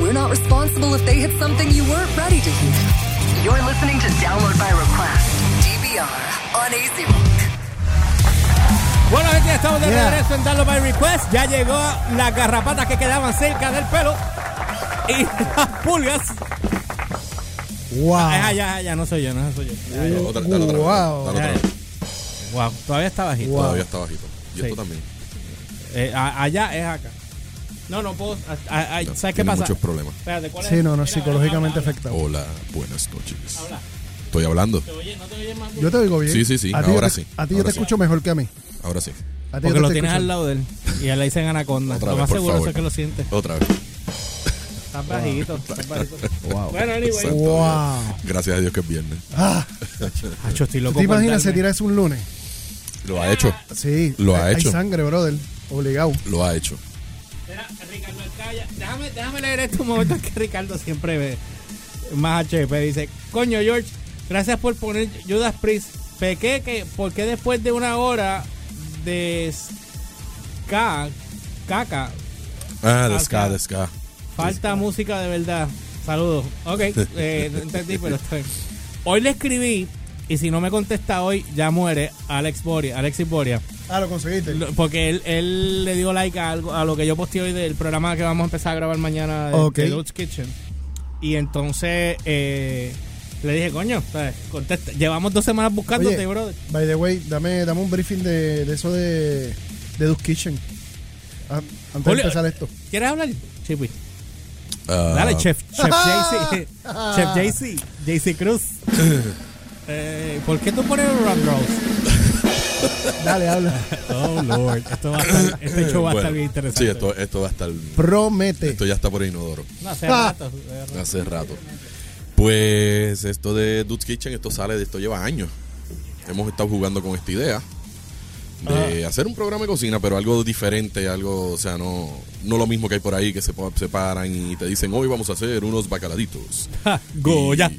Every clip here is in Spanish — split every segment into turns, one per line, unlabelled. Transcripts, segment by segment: We're not responsible if they hit something you weren't ready to hear. You're listening to Download by Request, DBR, on Easy Rock.
Bueno, gente, estamos de
Yeah.
regreso en Darlo by Request. Ya llegó las garrapatas que quedaban cerca del pelo. Y las pulgas.
Wow.
Ah, ya, ya, no soy yo, no soy yo. Ya, ya.
Otra, dale otra vez,
Wow.
dale otra
Ya,
vez.
ya. Wow, todavía está bajito.
Wow.
Todavía está bajito. Y
Sí.
esto también.
Eh, a- allá es acá. No, no puedo. a- a- a- ¿Sabes qué
Tiene
pasa?
muchos problemas.
Espérate, ¿cuál es?
Sí, no, no,
Mira,
psicológicamente
habla,
afectado.
Hola, buenas noches.
habla, habla.
Estoy hablando.
¿Te oyes? ¿No te oyes más?
Yo te oigo bien.
Sí, sí, sí,
A ti yo
ahora
te-
sí,
A ti yo
ahora
te
sí.
escucho mejor que a mí.
Ahora sí.
A ti yo
Porque
te
lo
estoy
tienes
escuchando.
al lado de él. Y él le dicen anaconda.
Otra
lo
vez,
más
por
seguro
favor.
eso es que lo sientes.
Otra vez.
Estás bajito. Estás bajito.
Wow.
Bueno, anyway.
Santo
Wow.
Dios. Gracias a Dios que es viernes.
Ah,
Hacho, estoy loco
¿Te
por
imaginas
darme.
se tira eso un lunes?
Lo ha hecho.
Sí.
Lo ha
hay,
hecho.
Hay sangre, brother. Obligado.
Lo ha hecho.
Mira, Ricardo Alcaya, déjame, déjame leer esto un momento que Ricardo siempre ve más HP. Dice, coño George, gracias por poner Judas Priest. Pequé que, porque después de una hora de ska, caca,
Ah,
Ah,
de ska,
ok.
de ska.
falta música de verdad? Saludos. Ok, eh, no entendí, pero está bien. Hoy le escribí, y si no me contesta hoy, ya muere Alex Boria, Alexis Boria.
Ah, lo conseguiste.
Lo- Porque él, él le dio like a, algo, a lo que yo posteé hoy del programa que vamos a empezar a grabar mañana de,
Ok.
de Dude's Kitchen. Y entonces eh, le dije, coño, ¿sabes? contesta. Llevamos dos semanas buscándote,
Oye,
brother.
By the way, dame, dame un briefing de, de eso de, de Duke Kitchen. Ah, antes
Julio,
de empezar esto.
¿Quieres hablar? Chipi.
Ah,
Dale, chef, chef JC. chef JC. JC Cruz. Eh, ¿Por qué tú pones Rock Rose?
Dale, habla.
Oh, Lord. Esto va a estar, este show va a
bueno,
estar bien interesante.
Sí, esto, esto va a estar.
Promete.
Esto ya está por inodoro.
No, hace
Ah.
rato, hace rato.
Hace rato. Pues esto de Dude's Kitchen, esto sale de esto lleva años. Hemos estado jugando con esta idea de hacer un programa de cocina, pero algo diferente, algo, o sea, no, no lo mismo que hay por ahí que se, po- se paran y te dicen, hoy vamos a hacer unos bacaladitos.
Ja, Goya.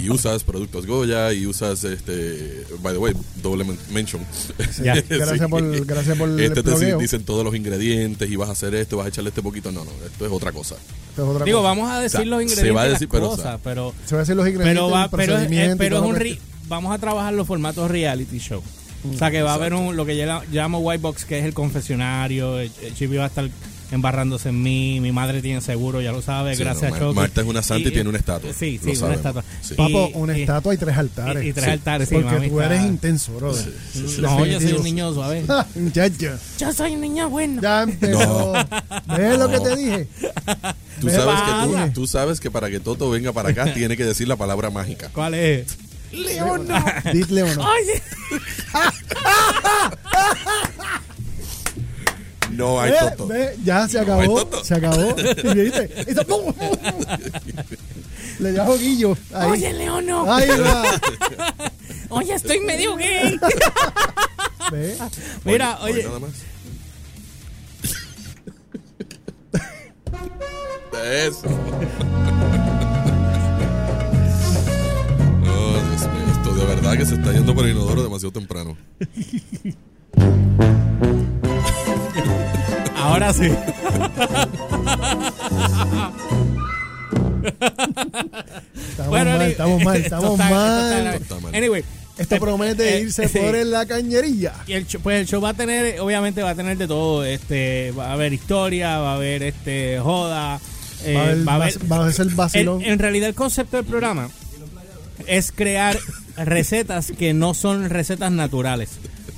Y, y usas productos Goya y usas este, by the way, doble men- mention.
Ya.
Gracias por- gracias por el
Este te
plugueo.
dicen todos los ingredientes y vas a hacer esto, vas a echarle este poquito. No, no, esto es otra cosa.
Esto es otra
Digo,
cosa.
vamos a decir
O sea,
los
se
ingredientes de
va a
las
decir, pero, o sea,
cosas, pero
Se va a hacer los ingredientes.
pero va,
el
pero, es- es,
procedimiento y
pero es
toda
un
la
re- vamos a trabajar los formatos reality show. O sea que va a haber un, lo que yo la- llamo white box, que es el confesionario. el- el Chibi va a estar embarrándose en mí. Mi madre tiene seguro, ya lo sabe.
Sí,
gracias
no,
a
Mar-
Choco.
Marta es una santa y tiene una estatua,
Sí,
lo
sí, una
sabemos.
estatua.
Sí.
cuestión. Papo, una
y-
estatua y tres altares.
y- y tres
Sí.
altares, sí,
Porque
mami,
tú
está-
eres intenso, brother.
No, yo soy
Definitivo.
un niño suave.
Ah, Muchacho,
Yo soy un niño bueno.
ya empezó. ¿Ves lo que te dije?
Tú
Me
sabes, que
pasa.
tú, tú sabes que para que Toto venga para acá tiene que decir la palabra mágica.
¿Cuál es?
Dile o no.
Oye.
No hay
Ve,
Toto.
ve, ya se
No hay
acabó,
Toto.
se acabó. Y viste, hizo pum. Le dio joguillo. Ahí.
León, no.
Ahí va.
Oye, estoy medio gay.
Ve.
Mira,
Hoy- hoy
oye.
nada más. Eso. Oh, Dios mío, esto de verdad que se está yendo por el inodoro demasiado temprano.
Ahora sí. Bueno,
Estamos mal,
anyway,
estamos mal,
esto
estamos
está-
mal.
esto
Está mal.
Anyway.
Esto
eh,
promete
eh,
irse
sí.
por en la cañería.
Y el show- pues el show va a tener, eh, obviamente va a tener de todo, este, va a haber historia, va a haber este joda, eh,
Va a haber-
va a
va a
haber- Eh,
ser- va a ser vacilón.
En, en realidad el concepto del programa es crear recetas que no son recetas naturales,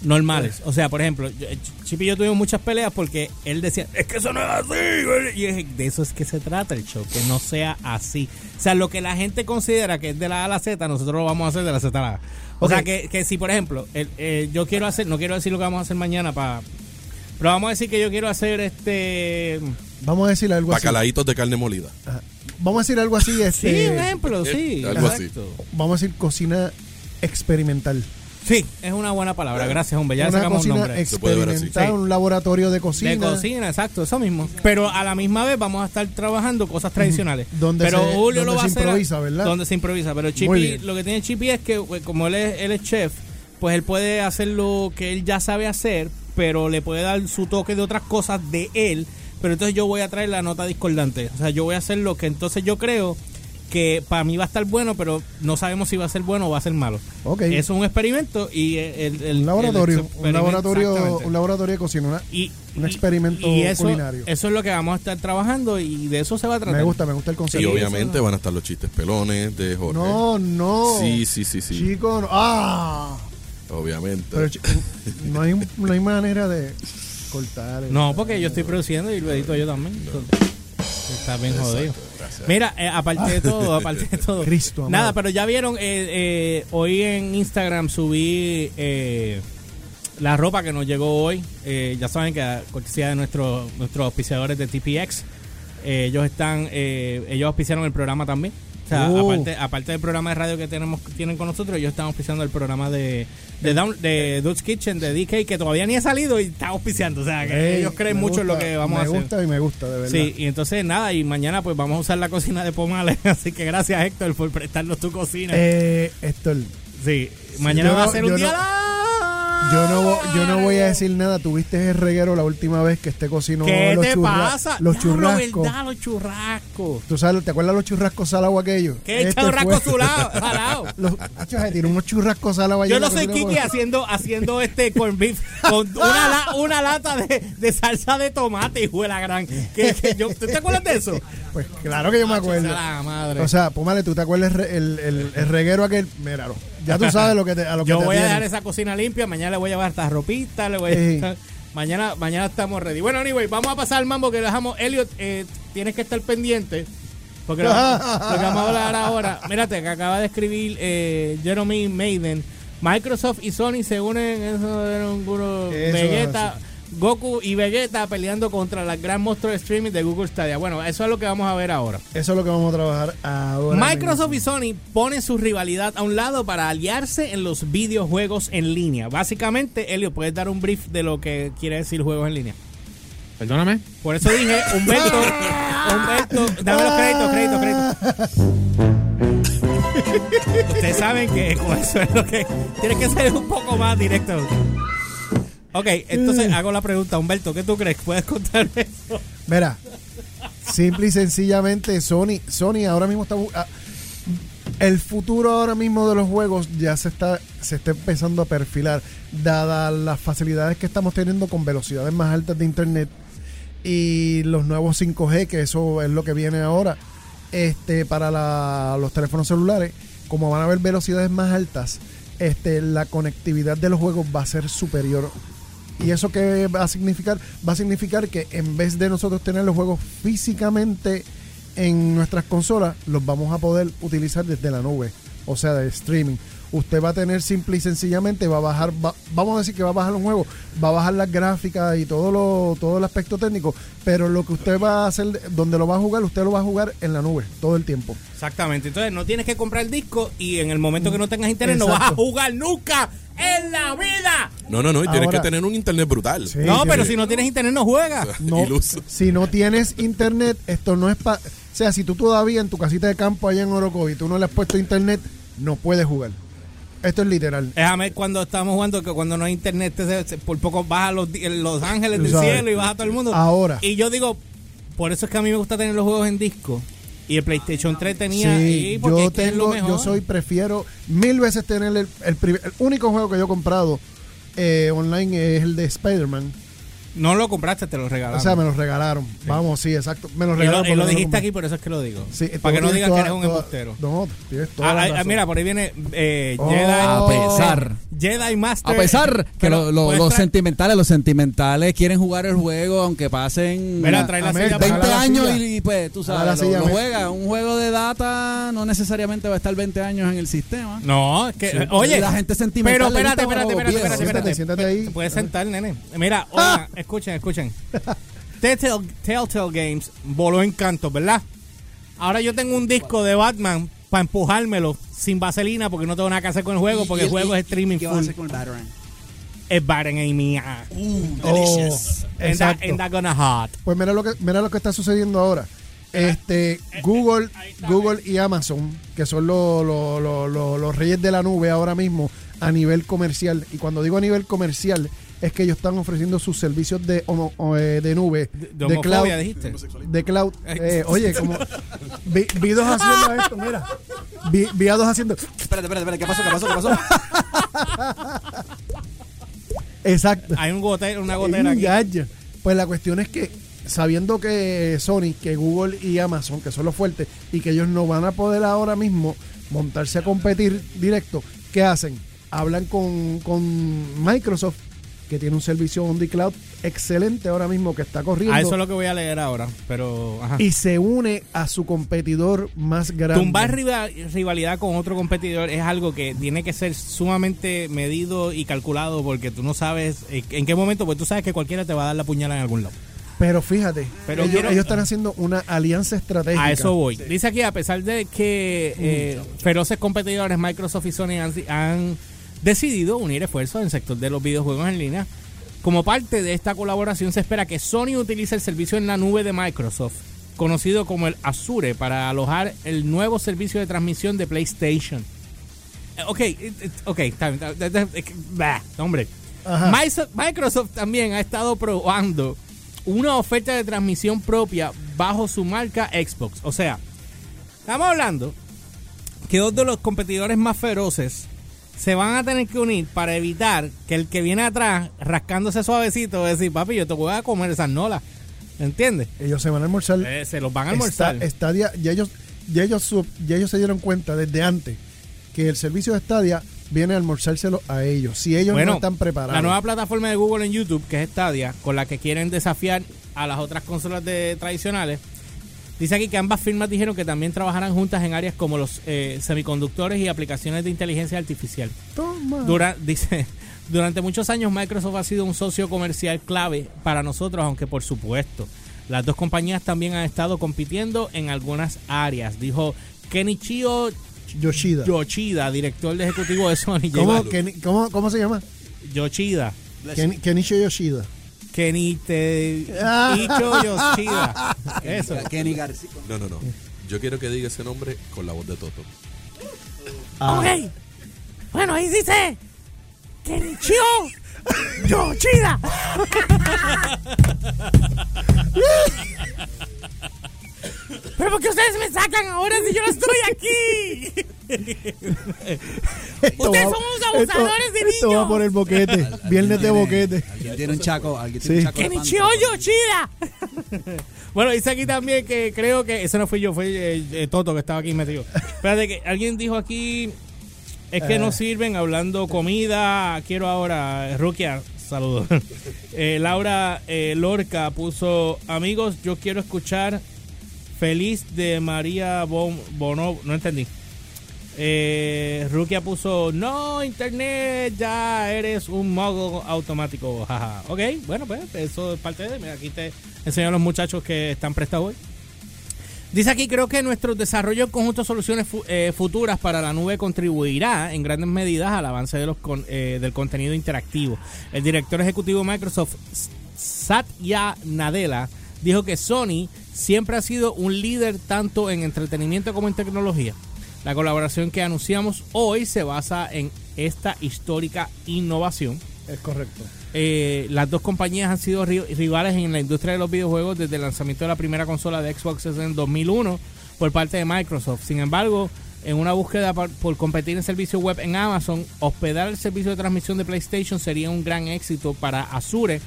normales. O sea, por ejemplo, yo- eh, Ch- Chip y yo tuvimos muchas peleas porque él decía, es que eso no es así. güey". Y yo dije, de eso es que se trata el show, que no sea así. O sea, lo que la gente considera que es de la A a la Z, nosotros lo vamos a hacer de la Z a la A. O
Ok.
sea, que, que si, por ejemplo, el- eh, yo quiero hacer, no quiero decir lo que vamos a hacer mañana para... Pero vamos a decir que yo quiero hacer este...
Vamos a decir algo así.
Bacalaitos de carne molida.
Ajá. Vamos a decir algo así.
Sí,
Este,
un ejemplo, sí.
Eh, algo así.
exacto.
Vamos a decir cocina experimental.
Sí, es una buena palabra. Gracias, hombre. Ya le
Una
sacamos un
cocina
nombre.
Se puede ver así.
experimental, un laboratorio de cocina.
De cocina, exacto, eso mismo. Pero a la misma vez vamos a estar trabajando cosas tradicionales.
Donde
pero
se-
Julio
donde
lo va
se
a hacer.
improvisa, ¿verdad?
Donde se improvisa. Pero
Muy
Chipi,
bien.
lo que tiene Chipi es que, pues, como él es, él es chef, pues él puede hacer lo que él ya sabe hacer, pero le puede dar su toque de otras cosas de él pero entonces yo voy a traer la nota discordante. O sea, yo voy a hacer lo que entonces yo creo que para mí va a estar bueno, pero no sabemos si va a ser bueno o va a ser malo.
Ok.
Eso es un experimento y el, el-
Un laboratorio,
el
un
experimento-
laboratorio,
exactamente.
un laboratorio de cocina, una-
y,
un
y-
experimento
y eso,
culinario.
Eso es lo que vamos a estar trabajando y de eso se va a tratar.
me gusta, me gusta el concepto.
Y obviamente van a estar los chistes pelones de Jorge.
No, no.
Sí, sí, sí, sí.
Chico, no. ¡Ah!
Obviamente.
Pero chi- no, hay, no hay manera de cortar. el-
No, porque yo estoy produciendo y lo edito yo también. Entonces, Está bien jodido.
gracias.
Mira, eh, aparte de todo, aparte de todo.
Cristo amado.
Nada, pero ya vieron, eh, eh, hoy en Instagram subí eh, la ropa que nos llegó hoy. Eh, ya saben que a cortesía de nuestros nuestros auspiciadores de TPX, eh, ellos están, eh, ellos auspiciaron el programa también. O sea,
Oh.
aparte, aparte del programa de radio que tenemos tienen con nosotros, ellos están auspiciando el programa de de, Down- de Dude's Kitchen, de DK, que todavía ni ha salido y está auspiciando. O sea, que
Ey,
ellos creen
me
mucho en lo
gusta,
que vamos a hacer.
Me gusta y me gusta, de verdad.
Sí, y entonces nada, y mañana pues vamos a usar la cocina de Pomales, así que gracias Héctor por prestarnos tu cocina.
Eh, Héctor,
sí, mañana
yo
va a
no-
ser
yo
un día
no-
largo.
yo no, vo- yo no voy a decir nada. Tuviste el reguero la última vez que este cocinó
¿Qué
los,
te
churra-
pasa?
los
Diablo,
churrascos.
verdad, los churrascos.
¿Tú sabes, te acuerdas los churrascos salado aquellos?
¿Qué
Este
churrasco
fue-
sulado? salado?
Los, Hacho, se tiró unos churrascos salado allí
Yo
en la
no soy
cocina,
Kiki haciendo, haciendo este corn beef con una, la- una lata de, de salsa de tomate, hijo de la gran. Que, que yo, ¿Tú te acuerdas de eso?
Pues claro que yo me acuerdo.
Sea la madre.
O sea, Pomale, ¿tú te acuerdas el, re- el, el- el reguero aquel? Míralo. Ya tú sabes lo que te, a lo que
Yo
te
voy a
atienen.
dejar esa cocina limpia, mañana le voy a llevar estas ropitas, le voy a
Ey.
mañana, mañana estamos ready. Bueno, anyway, vamos a pasar al mambo que le dejamos. Elliot, eh, tienes que estar pendiente. Porque lo, lo que vamos a hablar ahora, mírate, que acaba de escribir eh, Jeremy Maiden. Microsoft y Sony se unen, eso era un puro
Eso,
Vegeta, Goku y Vegeta peleando contra la gran monstruo de streaming de Google Stadia. Bueno, eso es lo que vamos a ver ahora.
Eso es lo que vamos a trabajar ahora.
Microsoft
mismo.
y Sony ponen su rivalidad a un lado para aliarse en los videojuegos en línea. Básicamente, Elio, puedes dar un brief de lo que quiere decir juegos en línea.
Perdóname.
Por eso dije, Humberto, Humberto, dame los créditos, créditos, créditos. Ustedes saben que con eso es lo que tienes que ser un poco más directo. Ok, entonces hago la pregunta, Humberto, ¿qué tú crees? ¿Puedes contar eso?
Mira, simple y sencillamente, Sony, Sony ahora mismo está. bu- ah, el futuro ahora mismo de los juegos ya se está, se está empezando a perfilar, dadas las facilidades que estamos teniendo con velocidades más altas de internet y los nuevos 5G, que eso es lo que viene ahora, este, para la- los teléfonos celulares, como van a haber velocidades más altas, este, la conectividad de los juegos va a ser superior. ¿Y eso qué va a significar? Va a significar que en vez de nosotros tener los juegos físicamente en nuestras consolas, los vamos a poder utilizar desde la nube, o sea, de streaming. Usted va a tener simple y sencillamente, va a bajar, va- vamos a decir que va a bajar un juego, va a bajar las gráficas y todo, lo, todo el aspecto técnico, pero lo que usted va a hacer, donde lo va a jugar, usted lo va a jugar en la nube todo el tiempo.
Exactamente. Entonces no tienes que comprar el disco y en el momento que no tengas internet no vas a
Exacto.
jugar nunca en la vida.
no, no, no. Y tienes
Ahora-
que tener un internet brutal.
Sí.
No, pero si no tienes internet no juegas.
No,
Iluso.
si no tienes internet, esto no es para... O sea, si tú todavía en tu casita de campo allá en Orocovi, tú no le has puesto internet, no puedes jugar. Esto es literal.
Déjame cuando estamos jugando que cuando no hay internet te- se- se- por poco vas a los, di- los ángeles
Tú
del
sabes.
cielo y vas a todo el mundo.
Ahora.
Y yo digo, por eso es que a mí me gusta tener los juegos en disco. Y el PlayStation 3 tenía
Sí,
y porque
yo
es que es lo
tengo,
mejor.
yo soy, prefiero mil veces tener el, el prim- el único juego que yo he comprado eh, online es el de Spider-Man.
No lo compraste, te lo regalaron.
O sea, me los regalaron. Vamos, sí, exacto. Me los
y lo,
regalaron.
y lo
porque no
dijiste
compré.
aquí, por eso es que lo digo.
Sí,
Para que
tú
no
tienes
digas que
toda-
eres un
toda-
embustero.
No, tienes toda
Ah,
la
ah,
razón.
mira, por ahí viene eh,
Oh.
Jedi.
A
pesar.
Jedi Master.
A pesar que
Este, Pero,
lo- lo-
¿puedes
los
traer-
sentimentales, los sentimentales quieren jugar el juego aunque pasen
Mira, trae la
Amel,
silla para
20
acá.
la
años
silla.
y, y, pues tú
Jala la
sabes, lo-
silla,
lo
Amel.
juega. Un juego de data no necesariamente va a estar 20 años en el sistema.
No, es que, oye.
La gente sentimental
Pero
le gusta
espérate, espérate,
los
espérate,
viejos.
espérate, espérate.
Siéntate, siéntate ahí.
Te puedes sentar, nene. Mira, oigan, escuchen, escuchen. Telltale, Telltale Games voló en canto, ¿verdad? Ahora yo tengo un disco de Batman para empujármelo sin vaselina porque no tengo nada que hacer con el juego porque el juego es streaming
¿Qué vas a
full.
hacer con el Batarang?
Es Baron y mía.
Oh,
And that-
exacto.
and that gonna hot.
Pues mira lo que mira lo que está sucediendo ahora. Este Google, Google y Amazon, que son los, los- los- los- los reyes de la nube ahora mismo a nivel comercial. Y cuando digo a nivel comercial, es que ellos están ofreciendo sus servicios de, homo- o, eh, de nube, de,
de homofobia,
cloud.
dijiste.
De cloud. Eh, oye, como. Vi, vi dos haciendo esto, mira. Vi, vi a dos haciendo.
Espérate, espérate, espérate. ¿Qué pasó? ¿Qué pasó? ¿Qué pasó?
Exacto.
Hay un gotero, una gotera
Mm,
aquí.
gacho. Pues la cuestión es que sabiendo que Sony, que Google y Amazon, que son los fuertes, y que ellos no van a poder ahora mismo montarse a competir directo, ¿qué hacen? Hablan con, con Microsoft, que tiene un servicio on the cloud excelente ahora mismo que está corriendo.
A eso es lo que voy a leer ahora. Pero, ajá.
Y se une a su competidor más grande.
Tumbar riva- rivalidad con otro competidor es algo que tiene que ser sumamente medido y calculado porque tú no sabes eh, en qué momento, pues tú sabes que cualquiera te va a dar la puñalada en algún lado.
Pero fíjate,
Pero
ellos,
quiero-
ellos están haciendo una alianza estratégica.
A eso voy. Dice aquí, a pesar de que eh, feroces competidores Microsoft y Sony han, han decidido unir esfuerzos en el sector de los videojuegos en línea, como parte de esta colaboración se espera que Sony utilice el servicio en la nube de Microsoft, conocido como el Azure, para alojar el nuevo servicio de transmisión de PlayStation. Eh, Ok, it- it- ok, está bien, está bien, es que, bah, hombre.
Ajá.
Miso- Microsoft también ha estado probando una oferta de transmisión propia bajo su marca Xbox. O sea, estamos hablando que dos de los competidores más feroces se van a tener que unir para evitar que el que viene atrás, rascándose suavecito, va a decir, papi, yo te voy a comer esas nolas. ¿Entiendes?
Ellos se van a almorzar.
Eh, se los van a almorzar.
Esta- Stadia, ya ellos, ya ellos, sub- ya ellos se dieron cuenta desde antes que el servicio de Stadia viene a almorzárselo a ellos. Si ellos no están preparados.
La nueva plataforma de Google en YouTube, que es Stadia, con la que quieren desafiar a las otras consolas de, tradicionales, dice aquí que ambas firmas dijeron que también trabajarán juntas en áreas como los eh, semiconductores y aplicaciones de inteligencia artificial.
Toma.
Dura- dice, durante muchos años Microsoft ha sido un socio comercial clave para nosotros, aunque por supuesto las dos compañías también han estado compitiendo en algunas áreas, dijo Kenichiro
Yoshida.
Yoshida, director de ejecutivo de Sony.
¿Cómo,
Lleva-
Ken- cómo, cómo se llama?
Yoshida.
Ken, Kenichi Yoshida.
Kenny te Icho Yoshida. Eso.
Kenny García.
No, no, no. Yo quiero que diga ese nombre con la voz de Toto.
Ah.
Ok. Bueno, ahí dice. Kenichio Yoshida. Pero porque ustedes me sacan ahora si yo no estoy aquí.
Esto
Ustedes
va-
son unos abusadores
esto-
de
Esto
niños.
va por el boquete. Viernes de boquete.
Alguien tiene un chaco. Alguien tiene
Sí.
un chaco. de
¡Que mi
panza.
chiollo, chida! bueno, dice aquí también que creo que. Eso no fui yo, fue eh, eh, Toto que estaba aquí metido. Espérate, que alguien dijo aquí. Es que no sirven hablando comida. Quiero ahora. eh, Rukia, saludos. Eh, Laura eh, Lorca puso: Amigos, yo quiero escuchar Feliz de María Bon- Bono. No entendí. Eh, Rukia puso, no, internet, ya eres un mogo automático. jaja". Ok, bueno, pues eso es parte de... Mira, aquí te enseño a los muchachos que están prestados hoy. Dice aquí, creo que nuestro desarrollo en conjunto de soluciones fu- eh, futuras para la nube contribuirá en grandes medidas al avance de los con- eh, del contenido interactivo. El director ejecutivo de Microsoft, S- Satya Nadella, dijo que Sony siempre ha sido un líder tanto en entretenimiento como en tecnología. La colaboración que anunciamos hoy se basa en esta histórica innovación
Es correcto.
eh, las dos compañías han sido ri- rivales en la industria de los videojuegos desde el lanzamiento de la primera consola de Xbox en 2001 por parte de Microsoft. Sin embargo, en una búsqueda par- por competir en servicio web en Amazon, hospedar el servicio de transmisión de PlayStation sería un gran éxito para Azure,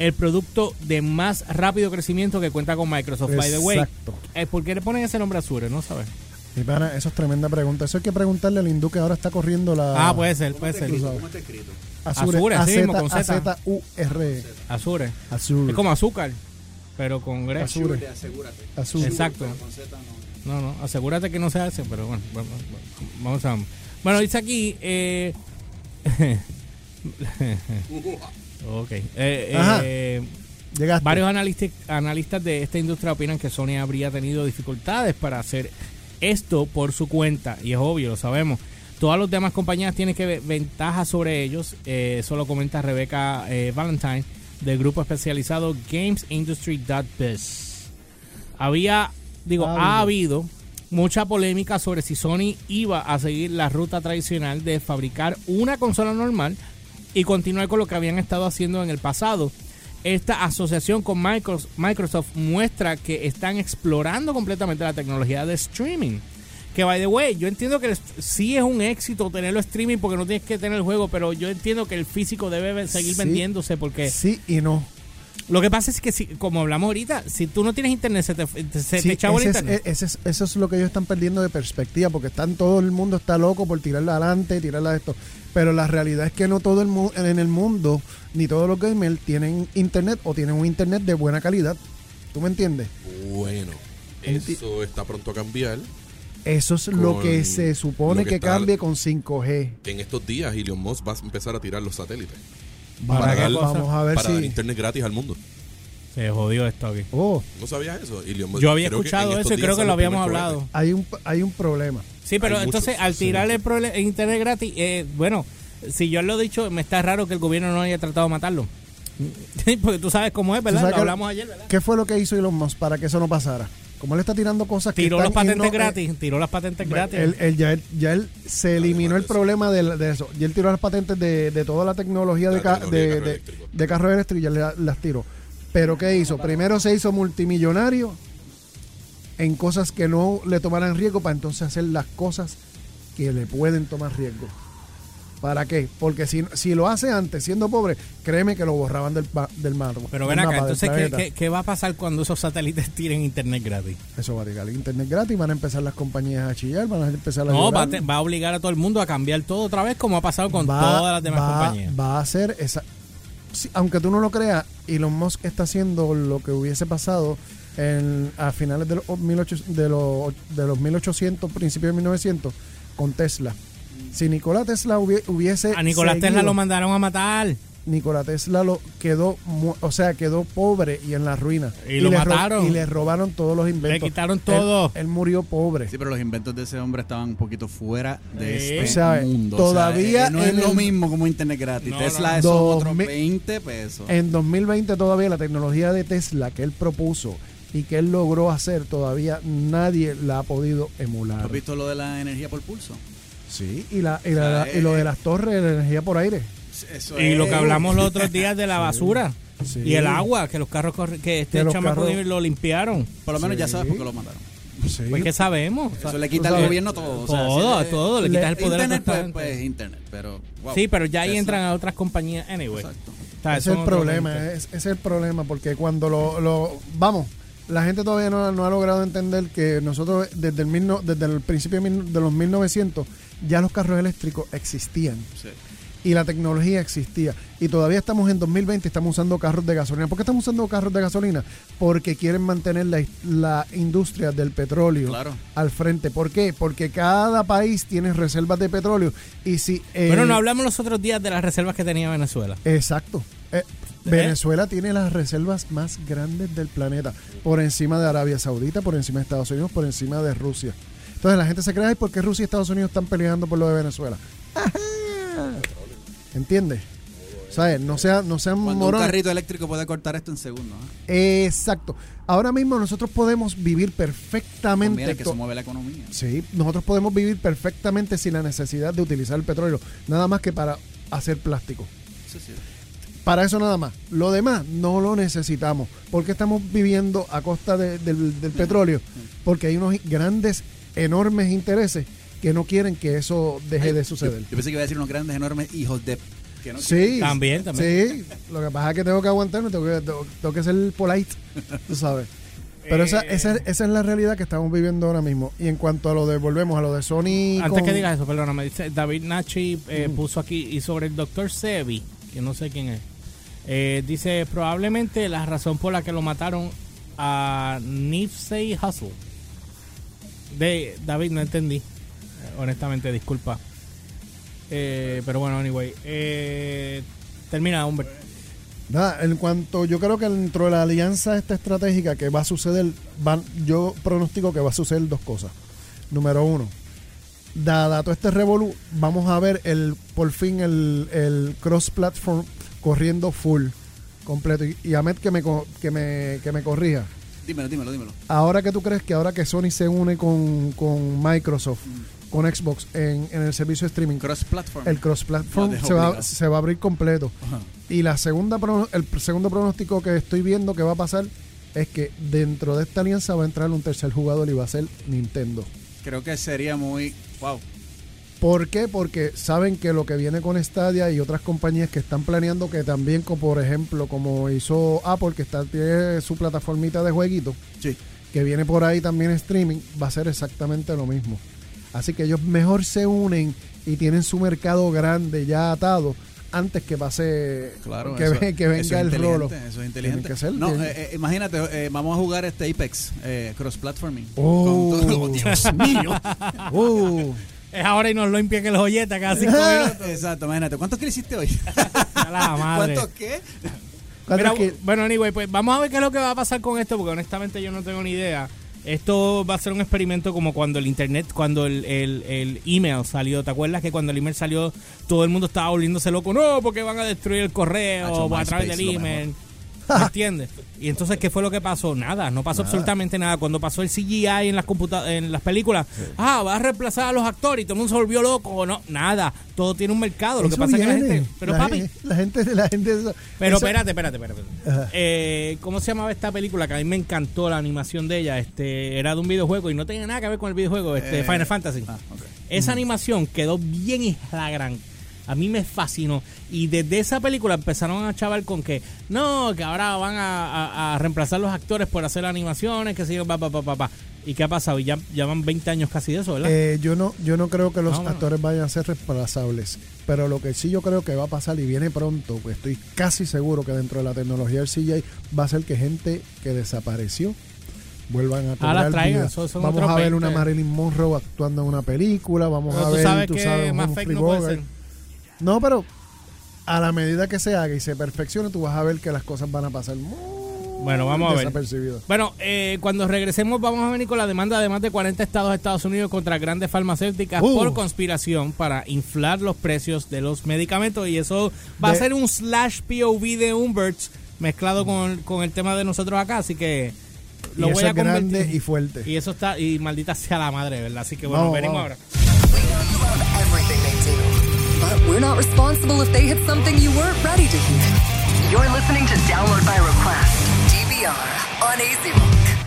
el producto de más rápido crecimiento que cuenta con Microsoft. By the way,
Exacto.
eh, ¿por qué le ponen ese nombre a Azure? No sabes.
Mi pana, eso es tremenda pregunta. Eso hay que preguntarle al hindú que ahora está corriendo la.
Ah, puede ser, puede ser.
¿Cómo está escrito?
Azure.
Azure, así mismo, con
A
Z.
Z U R. E.
Azure.
Azure.
Es como azúcar, pero con grasa.
Azure.
Asegúrate.
Azure.
Exacto.
Con Z no.
No, no, asegúrate que no se hace, pero bueno, bueno, bueno, vamos a... Bueno, dice aquí... Eh, ok. eh, eh,
Ajá. Llegaste.
varios analistas, analistas de esta industria opinan que Sony habría tenido dificultades para hacer esto por su cuenta, y es obvio, lo sabemos. Todas las demás compañías tienen que ve- ventajas sobre ellos, eh, eso lo comenta Rebeca eh, Valentine del grupo especializado GamesIndustry.biz había, digo, ha habido mucha polémica sobre si Sony iba a seguir la ruta tradicional de fabricar una consola normal y continuar con lo que habían estado haciendo en el pasado. Esta asociación con Micros- Microsoft muestra que están explorando completamente la tecnología de streaming. Que by the way, yo entiendo que el est- sí es un éxito tenerlo streaming porque no tienes que tener el juego, pero yo entiendo que el físico debe ve- seguir
Sí.
vendiéndose porque
Sí y no.
lo que pasa es que si, como hablamos ahorita, si tú no tienes internet se te, se
Sí,
te chava el
ese es- e,
internet.
ese es- eso es lo que ellos están perdiendo de perspectiva, porque están todo el mundo está loco por tirarla adelante, tirarla de esto. Pero la realidad es que no todo el mundo en el mundo, ni todos los gamers tienen internet o tienen un internet de buena calidad. ¿Tú me entiendes?
Bueno, eso está pronto a cambiar.
Eso es lo
Con
que se supone
lo que
que,
está-
cambie con 5G.
Que en estos días Elon Musk va a empezar a tirar los satélites
¿Para
Para
qué
dar-
cosa?
vamos a ver
para dar
si.
internet gratis al mundo.
Se jodió esto aquí.
Oh,
¿No sabías eso? Elon Musk,
Yo había
creo que en
escuchado
estos
eso y
días
creo que
sale
lo
el primer
habíamos
cohete.
hablado.
hay un, hay un problema.
Sí, pero
Hay
entonces
muchos,
al
sí.
tirar el, prole- el internet gratis, eh, bueno, si yo lo he dicho, me está raro que el gobierno no haya tratado de matarlo. Porque tú sabes cómo es,
¿Tú
¿verdad?
sabes
Lo
qué-
hablamos ayer, ¿verdad?
¿Qué fue lo que hizo Elon Musk para que eso no pasara? Como él está tirando cosas que
Tiró
están
las patentes
inno- eh,
gratis, tiró las patentes gratis.
Él, él ya, él- ya él se eliminó el
eso.
problema de, de eso. Y él tiró las patentes de, de toda la tecnología de,
La
ca-
tecnología de
de,
carro
de,
eléctrico.
de carro eléctrico, ya le- las tiró. Pero ¿qué hizo? Primero se hizo multimillonario en cosas que no le tomaran riesgo para entonces hacer las cosas que le pueden tomar riesgo. ¿Para qué? Porque si, si lo hace antes siendo pobre, créeme que lo borraban del, pa- del mapa.
pero
del
ven acá,
mapa, del
entonces, ¿qué,
planeta.
qué, qué va a pasar cuando esos satélites tiren internet gratis?
Eso va a llegar internet gratis, van a empezar las compañías a chillar, van a empezar a
No, va a,
llorar.
te- va a obligar a todo el mundo a cambiar todo otra vez, como ha pasado con todas las demás
va-
compañías.
Va a ser esa. sí, aunque tú no lo creas, Elon Musk está haciendo lo que hubiese pasado en, a finales de los, 1800 de, los, de los 1800, principios de 1900, con Tesla. Si Nikola Tesla hubie- hubiese.
A Nicolás Tesla
seguido,
lo mandaron a matar.
Nikola Tesla lo quedó, mu- o sea, quedó pobre y en la ruina.
Y lo
le ro-
mataron.
Y le robaron todos los inventos.
quitaron
Él-
todo.
Él, murió pobre.
Sí, pero los inventos de ese hombre estaban un poquito fuera de
Sí.
este
O sea,
mundo.
todavía
eh, no es
en
lo
el-
mismo como internet gratis.
No,
Tesla
no.
es otros
Dos mil-
20 pesos.
En 2020 todavía la tecnología de Tesla que él propuso y que él logró hacer todavía nadie la ha podido emular.
¿Has visto lo de la energía por pulso?
Sí, y, la, y, la-
Ah,
y lo
eh.
de las torres de energía por aire.
Eso
Y lo
es-
que hablamos los otros días de la basura
Eh, Sí.
y el agua, que los carros corri- que este
Que los
chamaco
carros-
lo limpiaron.
Por lo menos ya sabes
Sí.
por qué lo mataron.
Sí.
Pues que sabemos. O sea, eh,
Eso le quita
tú
al
sabes,
gobierno todo. o sea,
todo,
si le-
todo, le
le-
quitas el poder
Internet,
a
pues,
toda esta
pues,
gente.
internet, pero... wow,
Sí, pero ya ahí
Tesla.
entran a otras compañías. Anyway.
Exacto.
O sea,
Ese
son
es el
otros
problema, eh.
temas.
es, ese es el problema, porque cuando lo, lo- vamos, la gente todavía no, no ha logrado entender que nosotros desde el, mil no- desde el principio de mil- de los 1900 ya los carros eléctricos existían.
Sí.
y la tecnología existía. Y todavía estamos en 2020 y estamos usando carros de gasolina. ¿Por qué estamos usando carros de gasolina? Porque quieren mantener la, la industria del petróleo
Claro.
al frente. ¿Por qué? Porque cada país tiene reservas de petróleo. Y si. eh,
Bueno, no hablamos los otros días de las reservas que tenía Venezuela.
Exacto. Eh, Venezuela tiene las reservas más grandes del planeta, por encima de Arabia Saudita, por encima de Estados Unidos, por encima de Rusia. Entonces la gente se cree, "Ay, ¿por qué Rusia y Estados Unidos están peleando por lo de Venezuela? ¿Entiendes? O sea, no, sea, no sean
Cuando un
morones.
carrito eléctrico puede cortar esto en segundos. ¿ah?
Exacto. Ahora mismo nosotros podemos vivir perfectamente.
Conviene Pues que
to-
se mueve la economía.
Sí, nosotros podemos vivir perfectamente sin la necesidad de utilizar el petróleo, nada más que para hacer plástico.
Sí, sí.
Para eso nada más. Lo demás no lo necesitamos. Porque estamos viviendo a costa de- del, del petróleo. Porque hay unos grandes, enormes intereses que no quieren que eso deje de suceder.
Yo pensé que iba a decir unos grandes, enormes hijos de... que no
Sí.
También, también.
Sí. Lo que pasa es que tengo que aguantarme, tengo que, tengo, tengo que ser polite, tú sabes. Pero esa,
Eh.
esa, esa es la realidad que estamos viviendo ahora mismo. Y en cuanto a lo de, volvemos a lo de Sony.
Antes
con-
que digas eso, perdóname. dice David Nachi eh, puso aquí y sobre el doctor Sebi, que no sé quién es. eh, dice, probablemente la razón por la que lo mataron a Nipsey Hussle. De, David, no entendí. Eh, Honestamente, disculpa. Eh, pero bueno, anyway. Eh, termina, hombre.
Nada, en cuanto yo creo que dentro de la alianza esta estratégica que va a suceder, van, yo pronostico que va a suceder dos cosas. Número uno, dada todo este revolú, vamos a ver el por fin el, el cross-platform corriendo full, completo. Y, y Ahmed que me, co- que, me, que me corrija.
Dímelo, dímelo, dímelo.
Ahora que tú crees que ahora que Sony se une con, con Microsoft, con Xbox en, en el servicio de streaming.
Cross-platform.
El cross-platform
No, de
se, va,
obligado.
se va a abrir completo.
Ajá.
Y la segunda pro- el segundo pronóstico que estoy viendo que va a pasar es que dentro de esta alianza va a entrar un tercer jugador y va a ser Nintendo.
Creo que sería muy. ¡Wow!
¿Por qué? Porque saben que lo que viene con Stadia y otras compañías que están planeando que también, como por ejemplo, como hizo Apple, que está, tiene su plataformita de jueguito,
Sí.
que viene por ahí también streaming, va a ser exactamente lo mismo. Así que ellos mejor se unen y tienen su mercado grande ya atado antes que pase
Claro,
que,
eso-
ve- que
eso es
venga el
inteligente,
rolo.
Eso es
Tienen
inteligente.
que ser
no,
bien.
eh, eh, imagínate, eh, vamos a jugar este Apex eh, cross-platforming.
Oh.
Con todo- Dios mío.
Uh,
Es ahora y nos lo impie que los oyetas cada cinco minutos.
Exacto, imagínate. ¿Cuántos que le hiciste hoy?
A la madre.
¿Cuántos qué?
Mira,
claro que-
bueno, anyway, pues vamos a ver qué es lo que va a pasar con esto, porque honestamente yo no tengo ni idea. Esto va a ser un experimento como cuando el internet, cuando el, el, el email salió. ¿Te acuerdas que cuando el email salió todo el mundo estaba volviéndose loco? No, porque van a destruir el correo
Hacho,
o a través del
MySpace, lo
email. ¿Me entiendes? Y entonces, ¿qué fue lo que pasó? Nada, no pasó absolutamente nada. Cuando pasó el CGI en las computa en las películas, ah, va a reemplazar a los actores y todo el mundo se volvió loco. No, nada. Todo tiene un mercado. Lo que
eso
pasa es que
viene.
la gente. Pero
la,
papi.
gen- La gente, la gente. eso-
Pero
eso-
espérate, espérate, espérate.
Ajá.
Eh, ¿Cómo se llamaba esta película? Que a mí me encantó la animación de ella. Este, era de un videojuego y no tenía nada que ver con el videojuego, este,
Eh,
Final Fantasy.
ah, ok.
Esa animación quedó bien y la gran. A mí me fascinó. Y desde esa película empezaron a chaval con que no, que ahora van a, a- a reemplazar los actores por hacer animaciones, que se yo, pa, pa, pa, pa, pa. ¿Y qué ha pasado? Y Ya, ya van 20 años casi de eso, ¿verdad?
Eh, yo no yo no creo que los
Ah, bueno.
actores vayan a ser reemplazables, pero lo que sí yo creo que va a pasar y viene pronto, pues estoy casi seguro que dentro de la tecnología del CGI va a ser que gente que desapareció vuelvan a
Ah, las
cobrar
traigan,
vida.
eso son
Vamos
otros
a ver una
20.
Marilyn Monroe actuando en una película, vamos
eh. Pero
a
tú
ver,
sabes
tú
que
sabes,
más
Humphrey
fake no puede
Bogart.
ser.
No, pero a la medida que se haga y se perfeccione, tú vas a ver que las cosas van a pasar muy
Bueno, vamos a ver.
desapercibidas.
Bueno, eh, cuando regresemos vamos a venir con la demanda de más de 40 estados de Estados Unidos contra grandes farmacéuticas
Uh.
por conspiración para inflar los precios de los medicamentos y eso va a
De-
ser un slash POV de Umberts mezclado con, con el tema de nosotros acá, así que
Y
lo
eso
voy a
es grande
convertir.
y fuerte.
Y eso está, y maldita sea la madre, ¿verdad? Así que bueno,
Vamos,
venimos
vamos.
ahora.
We know you love everything they do, but we're not responsible if they hit something you weren't ready to hear. You're listening to Download by Request, DVR, on AZ Rock.